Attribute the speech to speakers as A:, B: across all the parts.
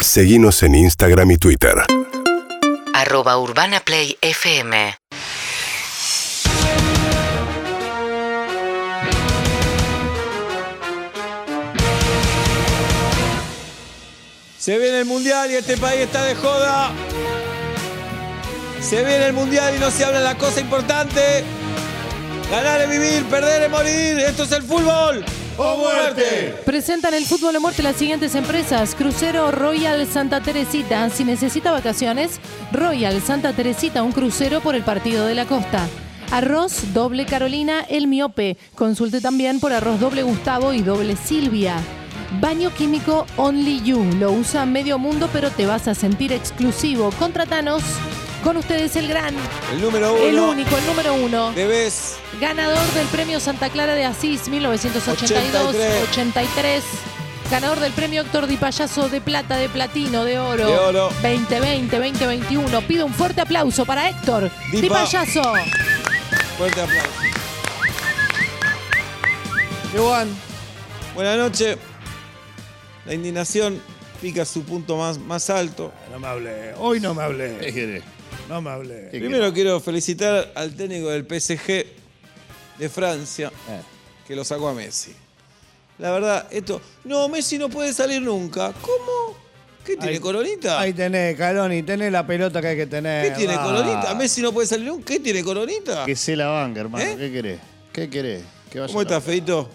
A: Seguimos en Instagram y Twitter.
B: arroba urbanaplayfm
C: Se viene el mundial y este país está de joda. Se viene el mundial y no se habla de la cosa importante. Ganar es vivir, perder es morir. Esto es el fútbol. ¡O muerte!
D: Presentan el fútbol a muerte las siguientes empresas. Crucero Royal Santa Teresita. Si necesita vacaciones, Royal Santa Teresita, un crucero por el partido de la costa. Arroz doble Carolina, el miope. Consulte también por arroz doble Gustavo y doble Silvia. Baño químico Only You. Lo usa medio mundo, pero te vas a sentir exclusivo. Contratanos. Con ustedes el gran,
C: El número uno.
D: el único, el número uno.
C: Debes
D: Ganador del premio Santa Clara de Asís 1982-83. Ganador del premio Héctor Di Payaso de Plata, de Platino, de Oro.
C: De oro.
D: 2020-2021. Pido un fuerte aplauso para Héctor
C: Di
D: Di,
C: Pa-
D: Payaso.
C: Fuerte aplauso. Buenas noches. La indignación pica su punto más, más alto.
E: No me hablé, hoy no me
F: ¿Qué
E: hablé,
F: querés?
E: no me hablé.
C: Primero quiero felicitar al técnico del PSG de Francia
F: Eh.
C: que lo sacó a Messi. La verdad, esto. No, Messi no puede salir nunca. ¿Cómo? ¿Qué tiene
E: Ahí-
C: coronita?
E: Ahí tenés, Caloni, tenés la pelota que hay que tener.
C: ¿Qué tiene
E: va.
C: coronita? Messi no puede salir nunca. ¿Qué tiene coronita?
F: Que se la banca, hermano.
C: ¿Eh?
F: ¿Qué querés? ¿Qué querés? Que vaya
C: ¿Cómo
F: a
C: está,
F: la-
C: Feito?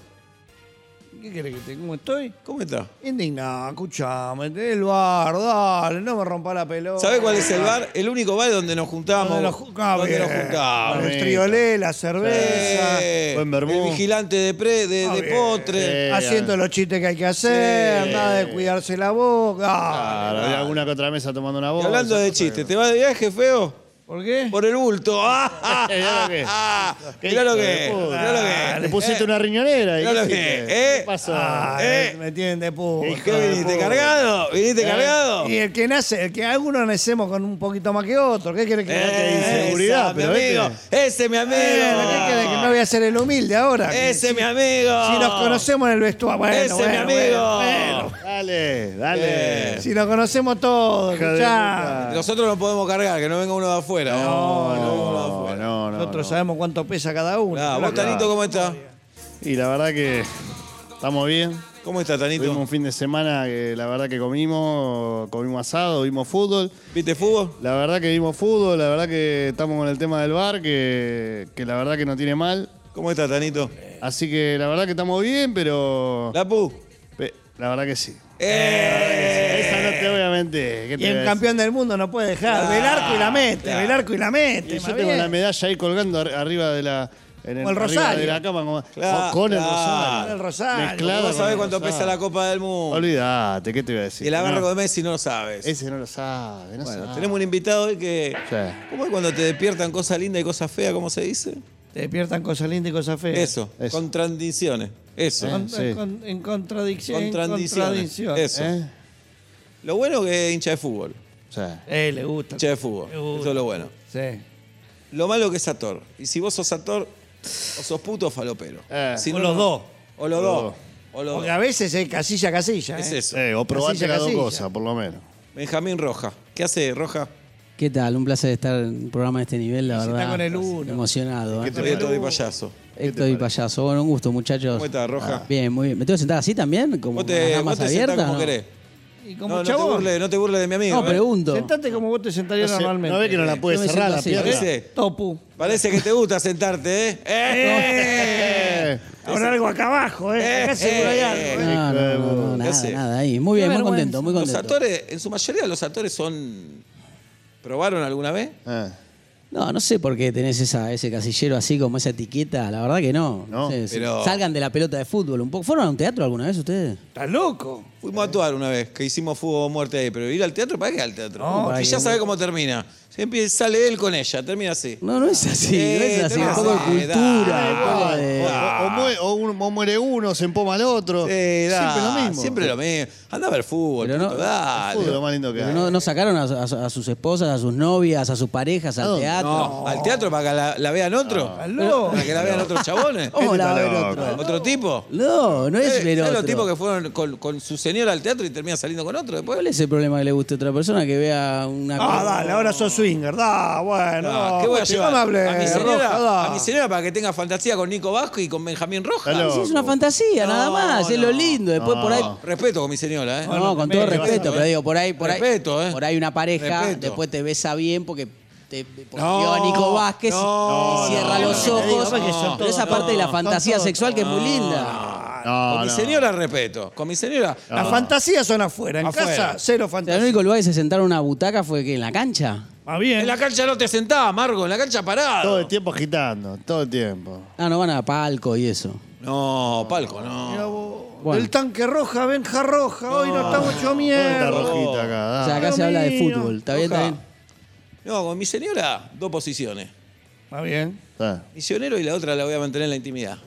E: ¿Qué querés que te- ¿Cómo estoy?
C: ¿Cómo está?
E: Indignado, escuchame, tenés el bar, dale, no me rompa la pelota.
C: ¿Sabe cuál es el bar? El único bar donde nos juntamos.
E: Donde nos, ju- ah,
C: Donde nos
E: bien.
C: juntamos.
E: Con El
F: Bonito.
E: triolé, la cerveza,
C: Eh,
F: buen vermú.
C: El vigilante de, pre, de,
E: Ah,
C: de
E: bien.
C: postre.
F: Eh,
E: haciendo los chistes que hay que hacer,
F: Sí.
E: nada de cuidarse la boca.
F: Claro, hay alguna que otra mesa tomando una
C: Y
F: voz.
C: hablando de chistes, ¿te vas de viaje, feo?
E: ¿Por qué?
C: Por el bulto. ¡Ah!
F: Mirá lo que es.
C: ¡Ah! Mirá lo que es. Mirá lo que es.
F: Ah, Le pusiste una riñonera. ¿y
C: mirá lo
F: qué
C: que-
F: hiciste?
C: eh.
F: ¿Qué pasó?
E: Ah,
C: Eh.
E: me tienen de puta.
C: ¿Qué viniste cargado? ¿Viniste cargado?
E: Y el que nace, el que algunos nacemos con un poquito más que otro, ¿qué querés que
F: Eh,
E: que-
F: inseguridad,
C: esa, mi
F: pero vete.
C: amigo. Ese mi amigo.
E: Bueno, ¿qué querés? Que no voy a ser el humilde ahora. Que
C: Ese
E: si-
C: mi amigo.
E: Si nos conocemos en el vestuario. Bueno,
C: Ese
E: bueno,
C: mi amigo.
E: bueno, bueno.
F: Dale, dale.
C: Eh.
E: Si nos conocemos todos,
F: Hija de
E: escuchá.
C: Nosotros no podemos cargar, que no venga uno de afuera.
F: No,
C: ¿eh? venga uno de
F: no,
C: afuera.
F: no, no.
E: Nosotros
F: no.
E: sabemos cuánto pesa cada uno.
C: Ah,
E: Claro.
C: ¿Vos, Tanito, cómo está?
F: Y la verdad que estamos bien.
C: ¿Cómo está,
F: Tuvimos
C: Tanito?
F: un fin de semana que la verdad que comimos, comimos asado, vimos fútbol.
C: ¿Viste fútbol?
F: La verdad que vimos fútbol, la verdad que estamos con el tema del bar, que, que la verdad que no tiene mal.
C: ¿Cómo está, Tanito?
F: Así que la verdad que estamos bien, pero. La,
C: ¿La pu?
F: la verdad que sí.
C: ¡Eh!
F: Esa no te voy a mentir. ¿qué te
E: Y
F: voy a
E: el
F: decir?
E: campeón del mundo no puede dejar. Del arco y la mete,
C: claro.
E: del arco y la mete.
F: Y
E: más
F: yo tengo
E: bien.
F: la medalla ahí colgando ar- arriba de la. En
E: O el
F: arriba
E: rosario.
F: de la cama, como-
C: Claro,
F: con el
C: claro.
F: rosario.
E: Con el rosario.
F: Mezclado
C: ¿Vos
F: con
C: sabés
F: el
C: cuánto
F: rosario.
C: pesa la Copa del Mundo?
F: Olvídate, ¿qué te voy a decir?
C: Y el agarro
F: No,
C: de Messi no lo sabes.
F: Ese no lo sabe, no
C: Bueno,
F: sabe.
C: tenemos un invitado hoy que.
F: Sí.
C: ¿Cómo es cuando te despiertan cosas lindas y cosas feas? ¿Cómo se dice?
E: Te despiertan cosas lindas y cosas feas.
C: Eso,
F: Eso.
C: contradicciones. Eso.
F: Eh.
E: Con-
F: Sí.
E: con- en contradicción. en
C: Contradicciones.
E: contradicción.
C: Eso.
F: ¿Eh?
C: Lo bueno que es hincha de fútbol.
F: Sí.
E: Eh, le gusta.
C: Hincha de fútbol.
E: Me gusta.
C: Eso es lo bueno.
E: Sí.
C: Lo malo que es actor. Y si vos sos actor, o sos puto o falopero.
F: Eh.
C: Si
E: O los dos.
C: O los
F: O los
C: dos.
F: dos.
C: O los
E: Porque
C: dos.
E: a veces es casilla a casilla.
C: Es
E: eh.
C: eso.
F: Eh, o probate
E: Casilla,
F: las dos
E: casilla.
F: cosas, por lo menos.
C: Benjamín Roja. ¿Qué hace Roja?
G: ¿Qué tal? Un placer estar en un programa de este nivel, la
E: Y si
G: verdad.
E: está con el uno.
G: Emocionado.
F: ¿Qué
G: ¿eh?
F: te
C: Soy actor
F: parece?
C: de payaso.
G: Héctor y payaso. Bueno, un gusto, muchachos. Ah,
C: ¿Cómo estás, Roja?
G: Bien, muy bien. ¿Me tengo que sentar así también? Como
C: Vos
G: con las
C: te,
G: ramas
C: vos te sentás
G: abiertas,
C: como
G: ¿no?
C: querés.
E: Y
C: No,
E: como
C: no te
E: chabón.
C: burles, no te burles de mi amigo.
G: No,
C: ¿eh?
G: pregunto.
E: Sentate como vos te sentarías
F: No sé,
E: normalmente.
F: No ve que no la puede
G: Yo me
F: cerrar
G: siento
F: la pierna.
G: así.
C: Parece,
E: Topu.
C: parece que te gusta sentarte, ¿eh? ¡Eh!
F: Eh,
E: Ahora algo acá abajo,
C: Eh,
E: ¿eh? Acá seguro hay
C: eh,
E: algo. ¿eh?
G: No, no, no, no,
F: Qué
G: nada,
C: sé.
G: nada. Ahí. Muy
E: Qué
G: bien, muy
E: vergüenza.
G: contento, muy
C: Los
G: contento.
C: actores, en su mayoría los actores son... ¿Probaron alguna vez?
F: eh.
G: No, no sé por qué tenés esa, ese casillero así, como esa etiqueta. La verdad que no.
F: No,
G: sé, sí.
C: pero-
G: Salgan de la pelota de fútbol un poco. ¿Fueron a un teatro alguna vez ustedes?
E: ¿Estás loco?
C: Fuimos a actuar una vez, que hicimos fútbol o muerte ahí, pero ir al teatro, ¿para qué al teatro?
E: No,
C: Porque
G: para
C: ya
G: que-
C: sabes cómo termina. Siempre sale él con ella, termina así.
G: No, no es así,
C: Eh,
G: no es así.
C: tenés
G: Un poco de
C: razón.
G: cultura, un poco
C: Dale,
G: de-
F: O, o mue- o un- o muere uno, se empoma al otro.
C: Eh, da,
F: siempre lo mismo.
C: Siempre lo mismo. Anda a ver fútbol,
G: Pero no-
C: puto, dale.
F: El fútbol es lo más lindo que
G: Pero
F: hay.
G: no, no sacaron a, a- a sus esposas, a sus novias, a sus parejas,
F: ¿A
G: al
F: dónde?
G: teatro.
C: No, al teatro para que la, la vean otro.
E: Aló.
C: Para que la vean otros chabones.
G: ¿Cómo la va a ver
F: loco.
G: otro?
C: ¿Otro tipo?
G: No, no es
C: Eh,
G: ver
C: ¿sabes
G: otro.
C: los tipos que fueron con, con su señora al teatro y terminan saliendo con otro después?
G: ¿Cuál es el problema que le guste a otra persona que vea una
E: Ah, dale, ahora sos swinger. Da, bueno.
C: Ah, ¿Qué voy a
E: Pochi,
C: llevar?
E: No me hables,
C: a, mi señora,
E: Roja, da.
C: a mi señora para que tenga fantasía con Nico Vasco y con Benjamín Rojas.
F: Aló.
G: Sí, es una fantasía, nada más, es lo lindo. Después por ahí.
F: No.
C: Respeto con mi señora, ¿eh?
G: No, con todo respeto, pero digo, por ahí, por ahí.
C: Respeto, ¿eh?
G: Por ahí una pareja,
C: Respeto.
G: después te besa bien porque te porque
C: No,
G: vio a Nico Vázquez y-
C: no,
G: y cierra
C: no,
G: los
E: no, no,
G: ojos.
E: no, no, no,
G: pero esa
E: no,
G: parte de la
E: no,
G: fantasía
E: no,
G: sexual que es muy linda.
F: No,
C: con mi
F: no.
C: señora respeto. Con mi señora.
E: Las fantasías son afuera. En
C: Afuera.
E: casa, cero
G: O sea, el
E: fantasía.
G: único lugar que se sentaron en una butaca fue que en la cancha.
E: Ah, bien.
C: En la cancha no te sentás, Margo, en la cancha parado.
F: Todo el tiempo agitando, todo el tiempo.
G: Ah, no van a palco y eso.
C: No, palco, no.
G: Bueno.
E: El tanque roja, Benja roja. Hoy no estamos hecho
F: Está
E: mierda.
F: rojita acá. da.
G: o sea, acá se
E: Dios
G: habla de
E: mío.
G: fútbol. ¿Está bien? ¿Está bien?
C: No, con mi señora, dos posiciones.
E: Ah, bien.
F: Ah,
C: Misionero y la otra la voy a mantener en la intimidad.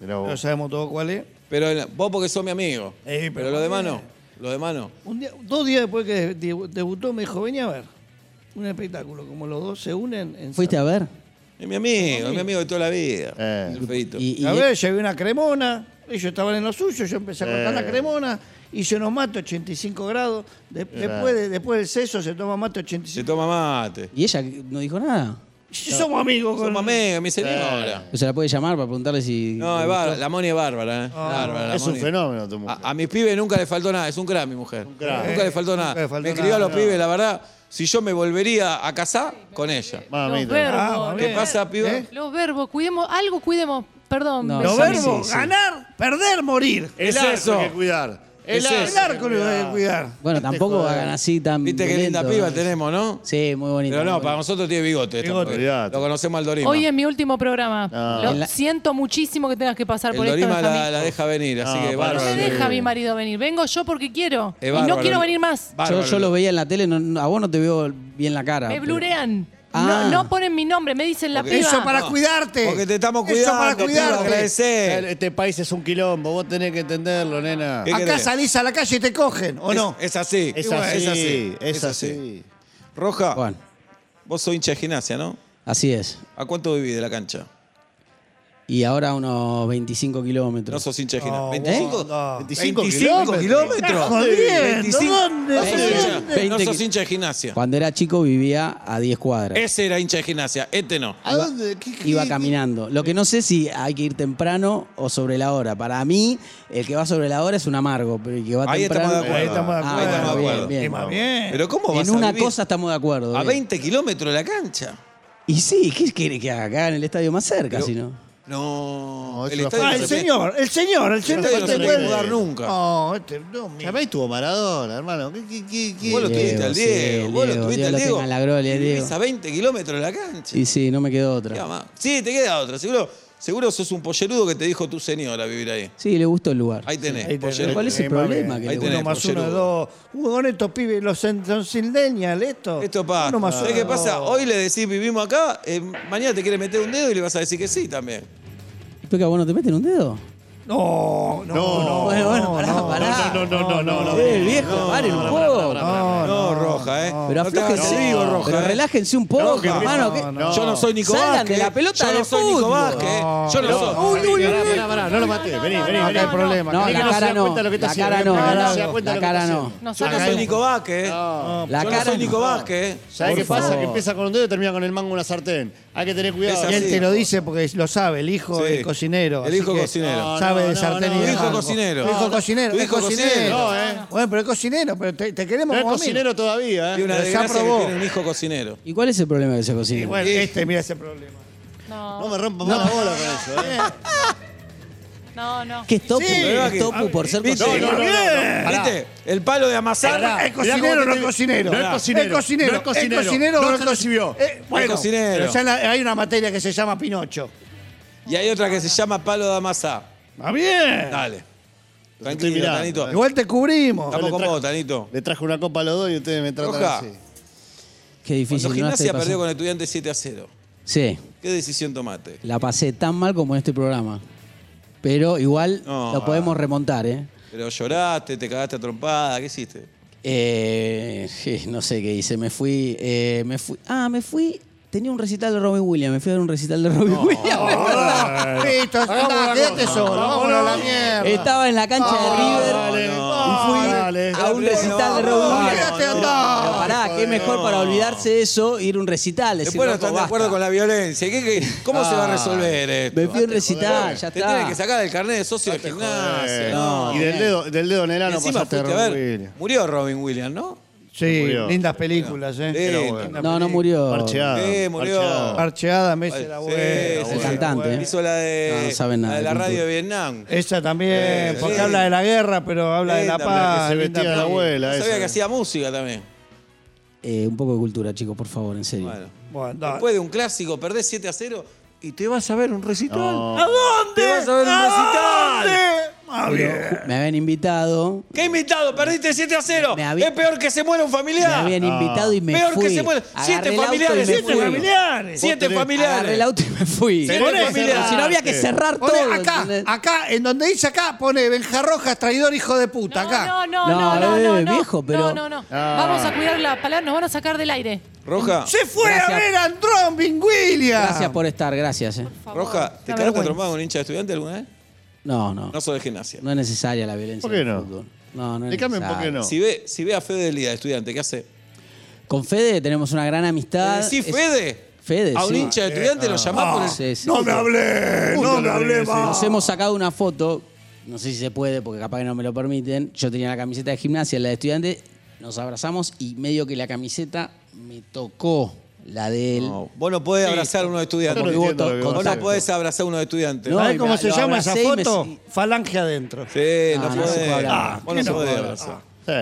F: mirá
E: Ya
F: vos.
E: sabemos todo cuál es.
C: Pero en la- vos porque sos mi amigo.
E: Eh, pero
C: pero lo
E: vos
C: demás no.
E: bien.
C: Lo demás no.
E: Un día- dos días después que de- de- debutó, me dijo, vení a ver. Un espectáculo, como los dos se unen. En
G: ¿Fuiste a ver?
C: Es mi amigo, es mi amigo de toda la vida.
F: Eh.
C: El feito.
G: Y, e- y-
E: A ver, llevé una cremona, ellos estaban en lo suyo, yo empecé a cortar
F: Eh.
E: la cremona, y se nos mata 85 grados. De- después, de- después del seso se toma mate 85
C: Se toma mate.
G: y ella no dijo nada.
E: Somos amigos con
C: Somos amigos, mi señora.
G: O sea, la puede llamar para preguntarle si.
C: No, es bárbara, la Moni es bárbara, ¿eh?
E: Ah.
C: Bárbara, la
F: Es un
C: Moni.
F: fenómeno tu mujer.
C: A, a mis pibes nunca le faltó nada, es un crack mi mujer.
F: crack.
C: Nunca le faltó
E: Eh,
C: nada.
E: nunca le faltó
C: me crió a
E: nada,
C: los pibes, la verdad. Si yo me volvería a casar, con ella.
F: Mamita.
E: Ah,
C: ¿Qué
E: bien.
C: pasa, piba?
E: ¿Eh?
D: Los verbos, cuidemos, algo cuidemos. Perdón.
G: No,
D: me-
E: Los
G: Sí, sí,
E: verbos,
G: sí.
E: ganar, perder, morir.
C: Es
F: arco
C: eso.
F: hay que cuidar.
C: Es
F: arco
C: eso.
E: El arco lo debe cuidar.
G: Bueno, tampoco
F: joder.
G: hagan así tan.
C: Viste qué linda
G: violento,
C: piba
F: ¿eh?
G: ¿no?
C: tenemos, ¿no?
G: Sí, muy bonita.
C: Pero no,
G: muy
C: para nosotros tiene bigote. esta
E: Bigote.
C: mujer.
F: Olvidate.
C: Lo conocemos al Dorima.
D: Hoy es mi último programa.
F: No.
D: Lo
G: En la-
D: siento muchísimo que tengas que pasar
C: el
D: por esto.
C: Dorima la,
D: Benjamín.
C: la deja venir, así
F: No,
C: que
F: para.
D: No
C: bárbaro.
D: me
F: Sí.
D: deja mi marido venir. Vengo yo porque quiero.
C: Es
D: y no
C: bárbaro.
D: quiero venir más.
G: bonita. Yo, yo los veía en la tele, no- no- a vos no te veo bien la cara.
D: Me
G: pero-
D: blurean.
G: Ah.
D: No, no ponen mi nombre, me dicen la
C: Porque-
D: piba.
E: Eso para
C: No,
E: cuidarte.
C: Porque te estamos
E: Eso
C: cuidando.
E: para
C: te
E: cuidarte.
C: agradecer.
F: Este país es un quilombo, vos tenés que entenderlo, nena.
C: ¿Qué
E: Acá
C: querés?
E: salís a la calle y te cogen, ¿o
C: Es-
E: no?
C: Es así.
F: Es
C: Y bueno,
F: así, es así.
C: Roja,
G: Bueno,
C: vos sos hincha de gimnasia, ¿no?
G: así es.
C: ¿A cuánto vivís de la cancha?
G: Y ahora unos 25 kilómetros.
C: No sos hincha de gimnasia.
E: No,
C: ¿25?
E: vos no.
F: 25
C: 25 kilómetros.
E: jodiendo,
C: 25.
E: ¿dónde?
C: No sos, hincha,
G: ¿dónde?
C: no sos hincha de gimnasia.
G: Cuando era chico vivía a 10 cuadras.
C: Ese era hincha de gimnasia, este no.
F: ¿A dónde? ¿Qué- qué-
G: Iba caminando. Lo que no sé si hay que ir temprano o sobre la hora. Para mí, el que va sobre la hora es un amargo, pero el que va
C: Ahí
G: temprano.
C: estamos de acuerdo.
E: Ahí estamos de
G: Ah,
E: acuerdo.
G: bueno,
C: Ahí estamos de acuerdo.
G: bien,
E: Y
G: bien.
E: más bien.
C: Pero ¿cómo vas
G: En
C: a
G: una
C: vivir
G: cosa estamos de acuerdo.
C: a
G: bien.
C: 20 kilómetros de la cancha?
G: Y sí, ¿qué quiere que haga? Acá en el estadio más cerca, si no.
C: No,
F: No,
C: el
F: eso
C: estadio
E: Ah,
C: no
E: el
C: se puede-
E: señor, el señor, el
C: el
E: señor.
C: estadio
F: no
C: no
F: se
C: se
F: puede
C: puede
F: creer.
C: mudar nunca.
E: No, este, no, mira.
F: Capaz estuvo Maradona, hermano. ¿Qué, qué, qué, qué?
C: Vos lo tuviste al
G: sí,
C: Diego, vos lo
G: Diego,
C: tuviste
G: Diego
C: al
G: lo
C: Diego.
G: tengo en la gloria,
C: Y vivís
G: Diego.
C: a 20 kilómetros de la cancha.
G: Y sí, no me quedó
C: ¿Qué
G: otra.
C: más? Sí, te queda otra. Seguro, seguro sos un pollerudo que te dijo tu señora vivir ahí.
G: Sí, le gustó el lugar.
C: Ahí tenés,
E: Ahí tenés.
C: pollerudo.
G: ¿Cuál es el
E: Eh,
G: problema?
E: mami,
G: Que
C: ahí
G: le
C: tenés.
E: Uno más uno es
C: pollerudo.
E: dos. Uno con estos pibes, los Sentinels, esto.
C: Esto pasa.
E: Uno más
C: ¿Sabés
E: uno
C: qué pasa?
E: dos.
C: Hoy le decís vivimos acá, eh, mañana te quiere meter un dedo y le vas a decir que sí también.
G: gusta? ¿Tú que a vos no te meten un dedo?
E: No, no,
F: No.
E: no.
G: Bueno, bueno, pará,
E: no,
G: pará.
F: No, no, no, no, no.
G: Eh, viejo, paren un poco.
E: No,
C: No, Roja, ¿eh?
G: pero
C: No te hagas
G: aflójense.
C: el vivo, Roja.
G: pero
C: ¿eh?
G: relájense un poco,
C: que-
G: hermano. que-
E: no.
C: Yo no soy Nico
G: Salgan de
C: Vázquez.
G: la pelota
C: Yo no
G: del
C: soy Nico
G: fútbol.
C: Vázquez. ¿eh? Yo no, soy.
F: No, pará, pará, pará, no lo maté. Vení, vení,
E: No,
F: vení.
E: no hay problema.
G: No,
E: que
G: la
E: no se
G: cara
E: da
G: no.
F: cuenta lo que está
G: La
F: haciendo.
G: cara no.
F: No,
G: la-
F: no se da cuenta
G: La
F: lo que está
G: cara no.
F: haciendo.
C: Yo no
D: Nosotros
C: soy
D: somos-
C: Nico Vázquez. ¿eh?
G: La
C: Yo no
G: cara
C: soy
G: no.
C: Nico Vázquez. ¿eh?
F: ¿Sabés
G: Por
F: qué pasa?
G: favor.
F: Que empieza con un dedo y termina con el mango de una sartén. Hay que tener cuidado.
C: Es
E: Y él
C: así.
E: te lo dice porque lo sabe, el hijo
C: Sí.
E: del cocinero.
C: El
E: así
C: hijo
E: que
C: cocinero.
E: Sabe
F: No,
E: de
F: no,
E: sartén
F: no,
E: y
F: no.
E: de
F: Tu hijo
E: mango.
C: cocinero.
E: Tu hijo
C: No,
E: cocinero.
C: tu
E: es
C: hijo cocinero.
E: cocinero.
F: No, eh.
E: Bueno, pero es cocinero, pero te, te
F: No
E: queremos
F: es
E: como
F: cocinero todavía,
C: Y
F: ¿eh?
C: una
E: Pero ya
C: desgracia que
E: probó.
C: tiene un hijo cocinero.
G: ¿Y cuál es el problema que se
E: amigo. Y
G: cocina?
E: bueno, este, mira ese problema.
F: No me rompas más la bola con eso, ¿eh?
D: No, no.
G: ¿Qué es topu?
E: Sí.
G: ¿Qué es topu por ser
C: ¿Viste?
G: cocinero?
F: No, no, no, no. Pará.
C: ¿Viste? El palo de amasar.
F: Pará.
E: Es
F: Mirá cómo
E: cocinero,
F: te
E: no es
F: te-
E: cocinero.
F: No es cocinero,
E: Es cocinero.
F: no es cocinero. No
E: no
F: se recibió.
E: Eh, bueno,
C: cocinero.
E: pero ya la- hay una materia que se llama Pinocho.
C: Y hay otra que se llama palo de amasar.
H: Ah,
E: Va bien.
C: Dale.
F: estoy
C: Tranquilo,
F: mirando,
C: Tanito.
F: eh.
E: Igual te cubrimos.
C: Estamos
F: le
C: con
F: traje-
C: vos, Tanito.
F: Le traje una copa a los dos y ustedes me tratan
C: Roja.
F: así.
G: Qué difícil.
C: Cuando
G: ¿no? Hasta ahí
C: Gimnasia
G: pasó.
C: perdió con Estudiantes 7 a 0,
G: Sí,
C: ¿qué decisión tomaste?
G: la pasé tan mal como en este programa. Pero igual
C: No,
G: lo podemos remontar, ¿eh?
C: Pero lloraste, te cagaste a trompada, ¿qué hiciste?
G: Eh, je, no sé qué hice, me fui, eh, me fui, ah, me fui, tenía un recital de Robbie Williams, me fui a ver un recital de Robbie Williams.
H: Listo, andá, quédate solo. Vámonos a la mierda.
G: Estaba en la cancha de River Ah, y fui
F: dale.
G: a un
C: No,
G: recital de
C: no,
G: Robbie
C: no,
G: Williams.
H: quédate, andá.
G: Pero pará, qué mejor para olvidarse de eso, ir a un recital. decir,
C: Después no
G: loco,
C: están de acuerdo
G: basta. Ah, eh,
C: con la violencia. ¿Qué- qué- cómo se va a resolver esto?
G: Me fui a un recital, ya
C: Te tienen que
G: está.
C: sacar el carnet de socio del gimnasio.
G: No.
F: Y del dedo, del dedo en el
C: Y
F: ano
C: encima
F: pasaste
C: fuiste a
F: Robin
C: ver,
F: Williams.
C: murió Robin Williams, ¿no?
E: Sí,
F: Murió.
E: lindas películas, ¿eh?
C: Sí,
E: Pero
C: no.
E: lindas
G: No, no
E: películas.
G: murió.
F: Parcheado.
C: Sí, Eh, murió.
F: parcheado.
E: Archeada, Messi era buena.
C: Sí,
E: era
C: sí,
G: El
E: buena.
C: sí.
G: cantante, ¿eh?
C: Hizo la de,
G: No, no saben nada
C: la, de
G: de
C: la radio
G: cultura.
C: de Vietnam.
E: Esa también,
C: Sí,
E: porque
C: sí.
E: habla de la guerra, pero habla de la
C: Linda, la que
E: paz.
F: Se
E: linda
F: vestía de
E: película.
F: abuela.
C: No
F: esa.
C: sabía que hacía música también.
G: Eh, un poco de cultura, chicos, por favor, en serio.
C: Bueno.
E: Bueno, no.
C: Después de un clásico, perdés 7 a 0 y te vas a ver un recital.
F: No.
C: ¿A dónde? Te vas a ver un recital.
H: Ah,
G: Me habían invitado,
C: ¿Qué invitado? Perdiste 7 a 0.
G: Me había-
C: Es peor que se muera un
G: me
C: familiar.
G: habían invitado y me
C: Ah. peor
G: fui.
C: que se muera.
G: Agarré
C: Siete
G: el auto y
C: familiares.
G: me
C: Siete
G: fui.
C: familiares. Siete
F: tenés-
G: Agarré el
C: familiares.
G: auto y me fui.
C: Siete
G: Pero
C: familiares.
G: Si no había que cerrar todo.
H: Pone acá,
G: ¿entendés?
H: acá, en donde dice acá, pone Benja Rojas, traidor hijo de puta, acá.
D: No, no,
G: No,
D: no, no,
G: eh,
D: no, no.
G: viejo, pero-
D: No, no, no.
F: Ah.
D: Vamos a cuidar la palabra, nos van a sacar del aire.
C: Roja,
H: Se fue
G: Gracias.
H: a ver a Andrón Binguilia.
G: Gracias por estar, gracias. eh.
D: favor.
C: Roja, ¿te
D: Una
C: quedaste
D: vergüenza.
C: atrapado con un hincha de estudiante alguna vez?
G: No, no.
C: No soy de gimnasia.
G: No es necesaria la violencia.
F: ¿Por qué
G: en el
F: no?
G: fútbol. No, no es
F: Explícame por qué
G: necesaria.
F: no.
C: Si ve, si ve a Fede del día de estudiante, ¿qué hace?
G: Con Fede tenemos una gran amistad.
C: Sí,
G: Ah, Es-
C: Fede.
G: Fede,
C: A un
G: sí.
C: hincha de estudiante lo llamás por el.
G: Sí, sí.
H: No me hablé, no me hablé más.
G: Nos hemos sacado una foto, no sé si se puede porque capaz que no me lo permiten. Yo tenía la camiseta de gimnasia, la de estudiante, nos abrazamos y medio que la camiseta me tocó la de él.
C: No, vos no podés abrazar a uno de estudiante.
F: Yo no
C: Vos
F: entiendo
G: voto
F: lo que
G: con-
F: vos
C: no
F: haces.
C: podés abrazar a uno de estudiante.
G: No,
E: ¿Sabés
G: y
E: cómo
G: me-
E: se
G: lo
E: llama esa
G: abracé y me
E: foto?
G: seguí.
E: Falange adentro.
C: Sí, no,
G: Ah, no se
C: podés.
G: puede hablar.
C: vos no se podés abrazar.
F: Sí.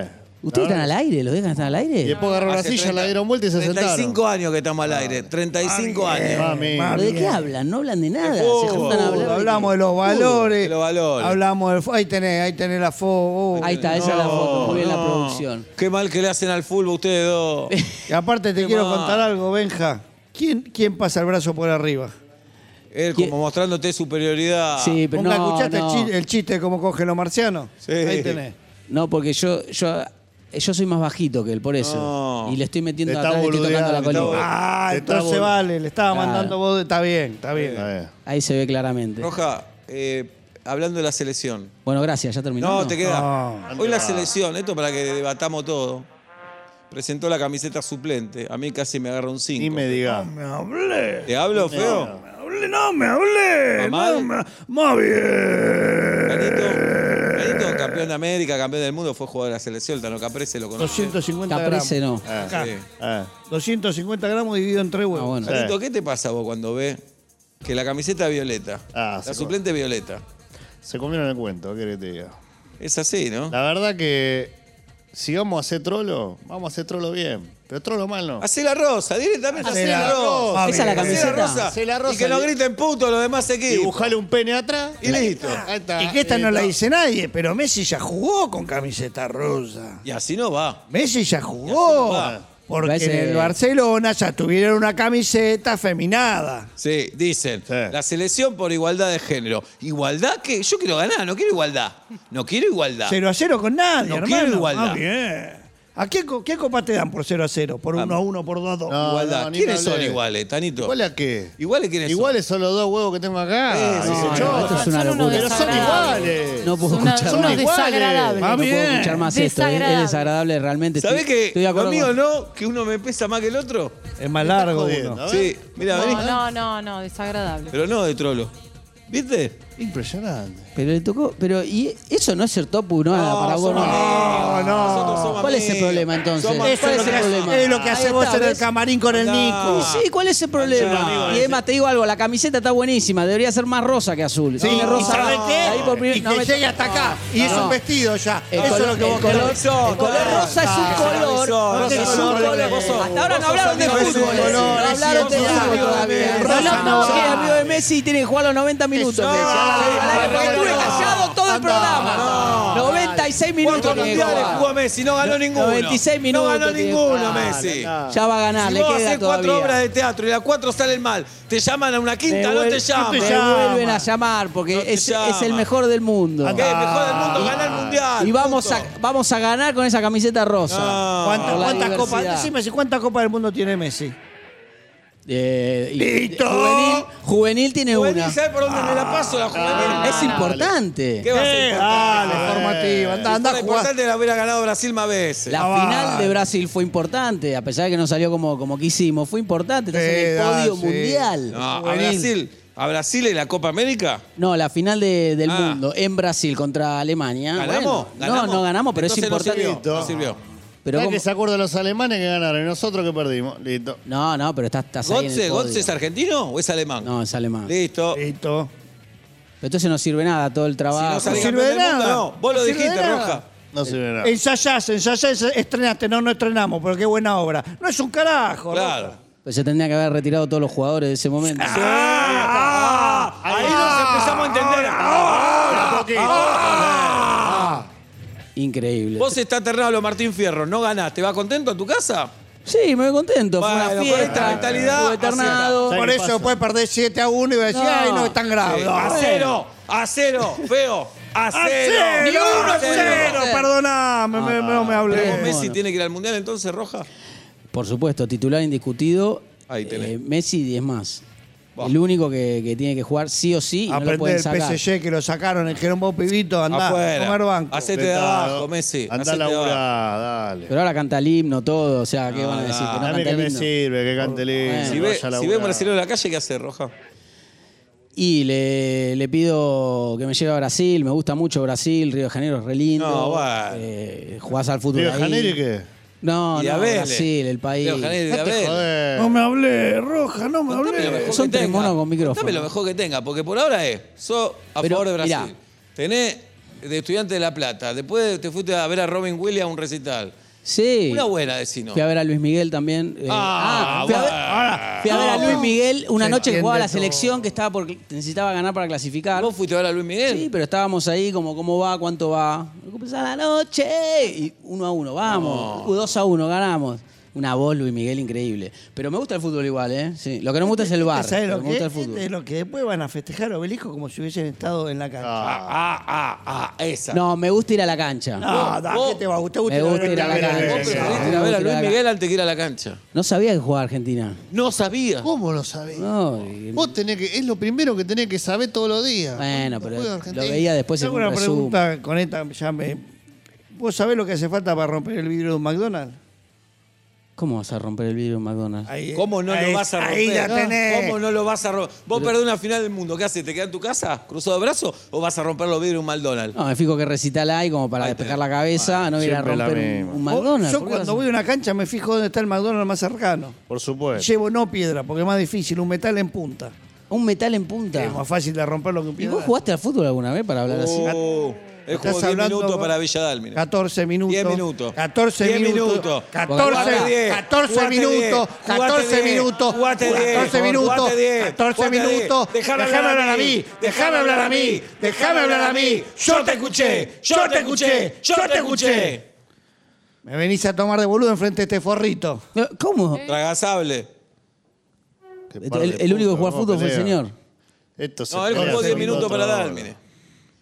G: ¿Ustedes están al aire? ¿Los dejan estar al
F: Y
G: aire?
F: después agarró la
C: Hace
F: silla,
C: 30,
F: la dieron vuelta y se sentaron.
C: 35 años que estamos al
G: Ah,
C: aire. 35 años.
F: Mami.
G: ¿Pero de qué hablan? No hablan de nada. Se juntan a hablar. de-
E: Uh,
G: Uh,
E: hablamos de los valores.
C: de los valores.
E: Hablamos del. Ahí tenés, ahí tenés la uh. foto.
G: Ahí está, esa es la foto. Muy bien la
C: No.
G: producción.
C: Qué mal que le hacen al fútbol ustedes dos.
E: Y aparte te
C: Qué
E: quiero
C: mal.
E: contar algo, Benja. ¿Quién, ¿Quién pasa el brazo por arriba?
C: Él como mostrándote
F: Ah.
C: superioridad.
G: Sí, pero
E: ¿Nunca
G: no,
E: escuchaste el
G: no.
E: chi- el chiste de cómo cogen los marcianos?
C: Sí.
E: Ahí tenés.
G: No, porque yo, yo, yo soy más bajito que él, por eso.
C: No.
G: Y le estoy metiendo
F: Te está
G: atrás, le estoy tocando la
F: boludeando, te está
G: colina.
E: Ah,
F: Te está
E: entonces
F: vol-
E: vale, le estaba
G: Claro.
E: mandando vos. de- Está bien, está bien.
F: Está bien.
G: Ah, Ahí se ve claramente.
C: Roja, eh, hablando de la selección.
G: Bueno, gracias, ya terminó.
C: No, te queda.
H: Ah.
E: No.
C: Hoy la selección, esto para que debatamos todo, presentó la camiseta suplente. A mí casi me agarra un 5.
F: Ni me digas.
H: Me hablé.
C: ¿Te hablo, feo?
H: me hablé, No me hablé.
C: ¿Mamá?
H: no me- Más bien.
C: Canito, Canito, campeón de América, campeón del mundo, fue jugador de la selección. Tano Caprese lo conoce.
E: 250 gramos.
G: Caprese no.
C: Sí.
F: Ah,
E: 250 gramos dividido en tres huevos.
G: Ah, bueno.
C: Canito, ¿qué te pasa vos cuando ves que la camiseta violeta,
F: Ah,
C: la
F: se
C: suplente violeta?
F: se comieron el cuento, ¿qué querés que te diga?
C: Es así, ¿no?
F: La verdad que si vamos a hacer trolo, vamos a hacer trolo bien. Pero trolo mal no.
C: Hacé la rosa, directamente hacé
E: la
C: la rosa.
E: rosa.
G: Esa es la
E: Hacé
C: Hacé la
G: camiseta.
C: rosa.
F: Hacé la rosa.
C: Y que no griten puto los demás equipos.
F: Dibujale un pene atrás
C: Y listo. Ah.
F: Ahí está.
E: Y que esta no
F: Listo.
E: la dice nadie, pero Messi ya jugó con camiseta rosa.
C: Y así no va.
E: Messi ya
C: Ya se
E: jugó.
C: va.
E: Porque
G: Parece-
E: en el Barcelona ya tuvieron una camiseta feminada.
C: Sí, dicen.
F: Sí.
C: La selección por igualdad de género. ¿Igualdad qué? Yo quiero ganar, no quiero igualdad. No quiero igualdad.
E: 0 a 0 con nadie,
C: No
E: hermano.
C: quiero igualdad.
E: Ah, bien. ¿A qué, co- qué copa te dan por 0 a 0? ¿Por 1 a 1, por 2 a 2?
F: No,
C: igualdad.
F: no, ni
C: ¿Quiénes
F: me
C: son
F: hablé.
C: iguales, Tanito?
F: ¿Igual a qué?
C: ¿Iguales quiénes
F: Iguales son los dos huevos que tengo acá.
C: Sí,
F: Dice
C: sí,
G: No,
F: yo.
G: no, Ah, esto es una
D: Son unos
G: locura.
F: Pero son
D: desagradables.
F: iguales.
G: No puedo
D: Son una-
G: escuchar
D: unos
G: más.
F: iguales.
D: desagradables.
G: No
E: Va
G: puedo
E: bien.
G: escuchar más esto. ¿eh?
D: Desagradable.
G: Es desagradable realmente.
C: ¿Sabés
G: Estoy-
C: que
G: estoy de
C: lo
G: acuerdo
C: mío
G: con-
C: no? Que uno me pesa más que el otro.
E: Es más largo
F: jodiendo,
E: uno.
F: ¿no? A ver.
C: Sí, mira, vení.
D: No, no, no, no, desagradable.
C: Pero no de trolo. ¿Viste?
F: Impresionante.
G: Pero le tocó. Pero y eso no es ser top uno nada Ah, para vos.
C: somos
G: No.
C: amigos. Nosotros somos
G: ¿Cuál es el
C: amigos.
G: problema entonces?
C: Somos-
G: Eso
C: ¿Cuál es
G: es lo
C: el
G: que hace-
C: problema?
E: Es lo que
G: Ahí
E: hace
G: está,
E: vos en el
G: ¿ves?
E: camarín con el
C: Andá.
E: Nico.
G: Y sí, ¿cuál es el problema? Y además te digo algo, la camiseta está buenísima, debería ser más rosa que azul.
E: Sí,
G: Tiene
E: ¿y
G: rosa.
E: sabés qué?
G: Ahí por primer-
E: y
G: no
E: que
G: me-
E: llegue hasta acá. y es
G: no.
E: un vestido ya.
G: El
E: Eso
G: color-
E: es lo que vos
G: el color-
E: querés.
G: el color rosa es un color.
C: Rosa
G: es un color. Hasta ahora no hablaron de
E: amigo de
G: fútbol.
E: Messi.
G: No
E: Vos
G: hablaron
E: sos
G: de fútbol
E: amigo de
G: todavía.
E: Messi.
G: Rosa
E: Rosa no.
G: no, que es amigo de Messi y tiene que jugar los 90 minutos.
E: Eso.
G: Messi.
E: No,
G: A la- a la-
E: no,
G: Estuve
E: no.
G: callado todo
C: todo el programa.
E: andá.
C: No.
G: 96 minutos.
C: ¿Cuántos
G: tiene que
C: mundiales
G: jugar.
C: jugó Messi? No ganó
G: No,
C: ninguno.
G: 96
C: No
G: minutos
C: ganó
G: tiene que Ah,
C: ninguno,
G: jugar,
C: Messi.
E: andá.
G: Ya va a ganar,
C: si
G: le
C: vos
G: queda
C: haces cuatro obras
G: todavía.
C: de teatro y las cuatro salen mal, te llaman a una quinta, no te llaman.
G: Me
E: llaman.
G: vuelven a llamar porque
C: No te
G: es,
C: llaman.
G: es el mejor del mundo.
C: Ok, mejor del mundo, gana el mundial.
G: Ah. Y vamos
C: punto. Ah.
G: a, vamos a ganar con esa camiseta rosa.
C: No.
G: Por
E: ¿Cuántas
G: la
E: cuántas copas?
G: diversidad.
E: Decime si cuántas copas del mundo tiene Messi.
G: Eh, y-
E: ¡Listo!
G: Juvenil, juvenil tiene
C: Juvenil,
G: una. Ah.
C: ¿sabes por dónde me la paso la juvenil? Ah.
G: es Eh, ah, importante.
C: ¿Qué va a ser importante?
E: Dale, formativa. Anda, anda
C: Lo
E: a jugar.
C: importante era haber ganado Brasil más veces.
G: La
E: Ah,
G: final
E: va.
G: de Brasil fue importante, a pesar de que no salió como, como quisimos. Fue importante, estás en el
E: Sí, da,
G: podio
E: sí.
G: mundial.
C: Eh, No, a Brasil, a Brasil en la Copa América.
G: No, la final de- del
C: Ah.
G: mundo en Brasil contra Alemania.
C: ¿Ganamos?
G: Bueno,
C: ¿Ganamos?
G: No, no ganamos, pero es
C: Entonces no
G: importante.
C: sirvió, No sirvió.
G: Pero
F: Ya
G: como-
F: que se acuerdan los alemanes que ganaron y nosotros que perdimos. Listo.
G: No, no, pero estás, estás ahí en
C: ¿Gotze,
G: el podio.
C: Gotze es argentino o es alemán?
G: No, es alemán. Pero
C: Listo.
E: Listo.
G: entonces no sirve nada todo el
C: Si no
G: trabajo.
C: sale
E: sirve
C: campeón del
E: de
C: mundo,
E: nada.
C: no. Vos lo
E: No sirve de
C: dijiste,
E: nada.
C: Roja.
F: No sirve nada.
E: Ensayás, ensayás, estrenaste. No, no estrenamos, pero qué buena obra. No es un carajo.
C: Claro.
G: Pues se tendría que haber retirado todos los jugadores de ese momento.
C: Ah. Ahí nos empezamos a entender. Ah,
G: Increíble.
C: Vos está aterrado lo Martín Fierro, no ganaste. ¿Vas contento a tu casa?
G: Sí, me voy contento.
C: Bueno,
G: Fue una
C: con
G: fiesta.
C: esta mentalidad,
G: estuve ternado.
E: Por eso después perdés 7 a 1 y vas a decir,
G: No.
E: ay, no, es tan grave.
C: Sí.
E: Ah, No.
C: A cero, a cero, feo. A cero.
E: ¡Ni uno a cero!
G: cero.
E: Perdoname, me- me- no
C: ¿Vos,
E: me hablé.
G: Bueno.
C: Messi tiene que ir al mundial entonces, Roja?
G: Por supuesto, titular indiscutido.
C: Ahí tenés.
G: eh, Messi 10 más.
C: Bah.
G: El único que, que tiene que jugar sí o sí y no lo
E: Aprender
G: pueden
E: el
G: sacar.
E: PSG que lo sacaron, le dijeron vos pibito, andá,
C: Afuera.
E: a comer banco.
C: Hacete de
F: Apretado.
C: abajo, Messi.
F: Andá a
C: Hacete de
F: laburar, dale.
G: Pero ahora canta el himno, todo. O sea, ¿qué van a decir?
C: nah.
G: Que no
F: a mí
G: canta
F: que
G: el
F: me
G: himno.
F: sirve, que cante lindo.
C: Si
F: que
C: ve,
F: vaya a
C: si ve
F: laburar.
C: un brasileño en la calle, ¿qué hace, Roja?
G: Y le, le pido que me lleve a Brasil. Me gusta mucho Brasil. Río de Janeiro es re lindo.
C: No, bueno.
G: Eh, jugás al fútbol
F: ¿Río de
G: ahí.
F: Janeiro y qué?
G: No,
C: Y a
G: no,
C: Vélez.
G: Brasil, el país.
C: Leo Janel de
F: No te
C: Abel.
F: jodés.
I: No me hablé, Roja, no me
C: Contame lo
I: hablé.
C: mejor
G: Son
C: que
G: tres
C: tenga.
G: monos con micrófono.
C: Contame lo mejor que tenga, porque por ahora es, sos a
G: Pero,
C: favor de Brasil.
G: mirá.
C: Tenés de estudiante de La Plata, después te fuiste a ver a Robin Williams a un recital.
G: Sí.
C: Una buena, decino.
G: Fui a ver a Luis Miguel también. eh,
C: Ah,
G: fui, a ver,
C: bueno.
G: fui a ver a
F: Ah.
G: Luis Miguel una
E: Se
G: noche que jugaba la
E: entiende todo.
G: selección que estaba por, necesitaba ganar para clasificar.
C: ¿Vos fuiste a ver a Luis Miguel?
G: Sí, pero estábamos ahí como cómo va, cuánto va. Comienza la noche. Y uno a uno, vamos. Dos a uno, ganamos. Una voz, Luis Miguel, increíble. Pero me gusta el fútbol igual, ¿eh? Sí. Lo que no me gusta es el bar.
E: ¿Sabés
G: pero
E: lo
G: me
E: que
G: gusta el
E: es? Es
G: fútbol.
E: lo que después van a festejar obelisco como si hubiesen estado en la cancha.
C: Ah, ah, ah, ah, esa.
G: No, me gusta ir a la cancha.
E: No, da,
C: vos-
E: ¿qué te va a gustar?
G: me gusta ir a la
E: ver-
G: cancha.
C: Vos preferiste ir a ver a Luis Miguel antes que ir a la cancha.
G: No sabía que jugaba Argentina.
C: No sabía.
F: ¿Cómo lo sabés?
G: No, y-
F: Vos tenés que, es lo primero que tenés que saber todos los días. Cuando
G: bueno,
F: juega
G: pero lo
F: Argentina.
G: veía después en
E: Tengo
G: un
E: una
G: resumen.
E: pregunta con esta, ya me... ¿Vos sabés lo que hace falta para romper el vidrio de un McDonald's?
G: ¿Cómo vas a romper el vidrio en McDonald's?
E: Ahí- eh,
C: ¿Cómo no
E: ahí-
C: lo vas a romper?
E: Ahí la
C: ¿no?
E: tenés.
C: ¿Cómo no lo vas a romper? Vos perdés una final del mundo, ¿qué haces? ¿Te quedás en tu casa cruzado de brazos o vas a romper los vidrios de un McDonald's?
G: No, me fijo que recital hay como para despejar la cabeza, no ir a
F: siempre la
G: romper un,
F: misma.
G: un McDonald's.
E: Yo
G: ¿Por qué
E: cuando
G: vas a-
E: voy a una cancha me fijo dónde está el McDonald's más cercano.
F: Por supuesto.
E: Llevo no piedra, porque es más difícil, un metal en punta.
G: Un metal en punta.
E: Es más fácil de romperlo que un
G: ¿Y
E: piedra.
G: vos jugaste al fútbol alguna vez para hablar así?
C: Oh, es como
E: Estás
C: 10
E: hablando
C: minutos
E: con-
C: para Villa Dálmine.
E: 14 minutos.
C: 10 minutos.
E: 14
C: 10
E: minutos.
C: minutos.
E: 14,
G: Jugate
E: 10, 14 minutos. 14 minutos. 14 minutos. 14 minutos.
C: Dejar hablar a mí. Dejar hablar a mí. Dejar hablar a mí. Yo te escuché. Yo te escuché. Yo te escuché.
E: Me venís a tomar de boludo enfrente de este forrito.
G: No, ¿Cómo?
C: Tragasable.
F: Qué par de
G: El, el único
F: putos,
G: que jugó al
F: ¿cómo
G: fútbol fue el
F: pelea?
G: señor.
F: Esto se
C: No, él
F: pelea
C: jugó 10
F: con
C: minutos
F: otro.
C: para Dálmine.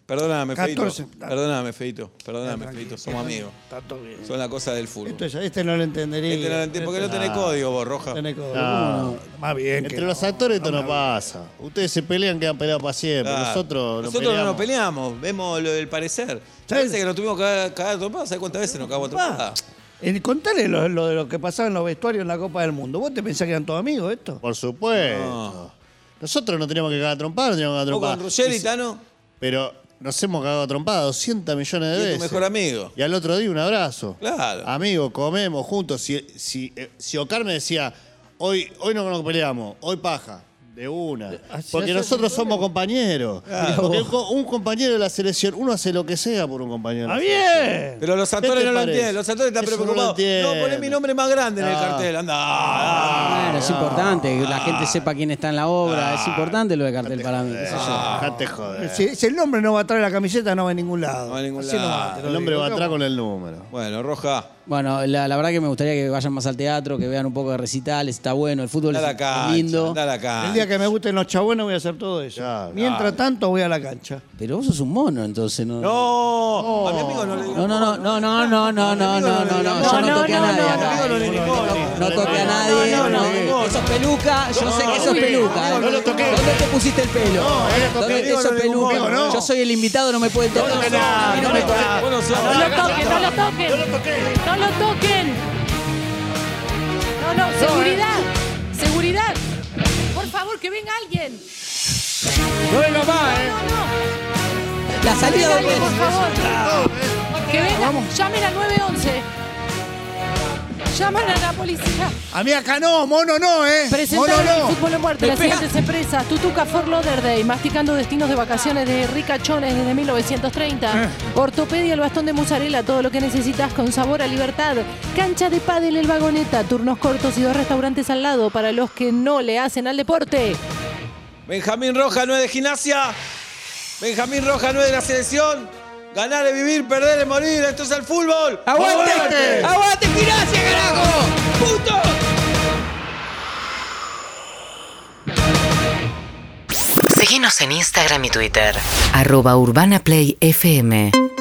C: Perdóname, Feito.
E: 14.
C: Perdóname, Feito. Perdóname, Feito. Somos amigos.
E: Está todo bien.
C: Son las cosas del fútbol.
E: Esto ya- este no lo entendería.
C: Este no lo entiende, porque no tenés código vos, Roja.
E: Tenés codo.
F: No.
E: Uno, Más bien. que
F: Entre los actores esto no pasa. Ustedes se pelean, quedan peleados para siempre.
C: Claro.
F: Nosotros, nos
C: Nosotros no nos peleamos, vemos lo- el parecer. ¿Sabes que nos tuvimos que cagar- cagar a trompadas? ¿Sabes cuántas veces nos cagamos a
E: Ah,
C: trompadas?
E: eh, contale lo, lo de lo que pasaba en los vestuarios en la Copa del Mundo. ¿Vos te pensás que eran todos amigos esto?
F: Por supuesto. Nosotros no teníamos que cagar a trompar, no teníamos que
C: Vos
F: cagar a
C: con
F: trompar.
C: Ruggeri, Tano,
F: Pero nos hemos cagado a trompada 200 millones de
C: y es
F: veces.
C: tu mejor amigo.
F: Y al otro día un abrazo.
C: Claro.
F: Amigo, comemos juntos. Si, si, eh, si Ocar me decía, hoy, hoy no nos peleamos, hoy paja. De una.
E: Así
F: Porque
E: Ah, hace-
F: nosotros somos compañeros. Porque un co- un compañero de la selección, uno hace lo que sea por un compañero.
E: ¡Está Ah, bien!
C: Pero los actores
F: te
C: no lo
F: parece?
C: entienden, los actores están
F: Eso no lo
C: preocupados. No,
F: entienden.
C: poné mi nombre más grande en el
F: Ah.
C: cartel, anda. Ah,
G: Claro, es importante que la gente sepa quién está en la obra. Es importante lo de cartel
C: Ah.
G: para mí. qué sé yo.
F: Dejate joder.
E: Eh, Si, si el nombre no va atrás de la camiseta, no va a ningún lado.
C: No va a ningún
E: Así
C: lado.
E: nomás, te lo
F: El hombre
E: digo.
F: va atrás con el número.
C: Bueno, Roja,
G: Bueno, la, la verdad que me gustaría que vayan más al teatro, que vean un poco de recitales. Está bueno, el fútbol
C: anda a la
G: es
C: cancha,
G: lindo.
C: anda a la cancha.
E: El día que me gusten los chabuenos voy a hacer todo eso.
F: Claro.
E: Mientras tanto voy a la cancha.
G: Pero vos sos un mono, entonces no.
C: No, a mi amigo no le digas
G: No, no, no, no, no, no, no, no, no, no, no, yo no toqué a nadie
C: amigo no le
G: acá.
C: limone.
G: No toqué a nadie,
C: No, no, no,
G: no.
C: no.
G: Eso es peluca, yo sé que eso es peluca. ¿eh?
F: no lo toqué.
G: ¿Dónde te pusiste el pelo? ¿Dónde
C: amigo,
G: eso
C: no
G: es
C: le
G: peluca?
C: limone, no.
G: Yo soy el invitado, no me pueden tocar. A mí no me tocan.
C: Vos no sos-
D: No lo toquen, no lo toquen. No lo toquen. No, no, seguridad. Seguridad. Por favor, que venga alguien.
E: No venga más,
D: No, no. Que
G: La
D: venga
G: salida
D: alguien, por
G: de
D: favor. Que venga. Llamen al 911. Llaman a la policía.
E: A mí acá no, mono no, ¿eh?
D: Presentaron el fútbol en muerte. Las siguientes empresas. Tutuca for Lauderdale. Masticando destinos de vacaciones de ricachones desde 1930. Ortopedia, el bastón de mozzarella. Todo lo que necesitas con sabor a libertad. Cancha de pádel, el vagoneta. Turnos cortos y dos restaurantes al lado para los que no le hacen al deporte.
C: Benjamín Roja no es de gimnasia. Benjamín Roja no es de la selección. Ganar es vivir, perder es morir. Esto es el fútbol.
G: ¡Aguante! ¡Aguante, Piracia, carajo! ¡Puto!
B: Seguinos en Instagram y Twitter. Arroba Urbana Play FM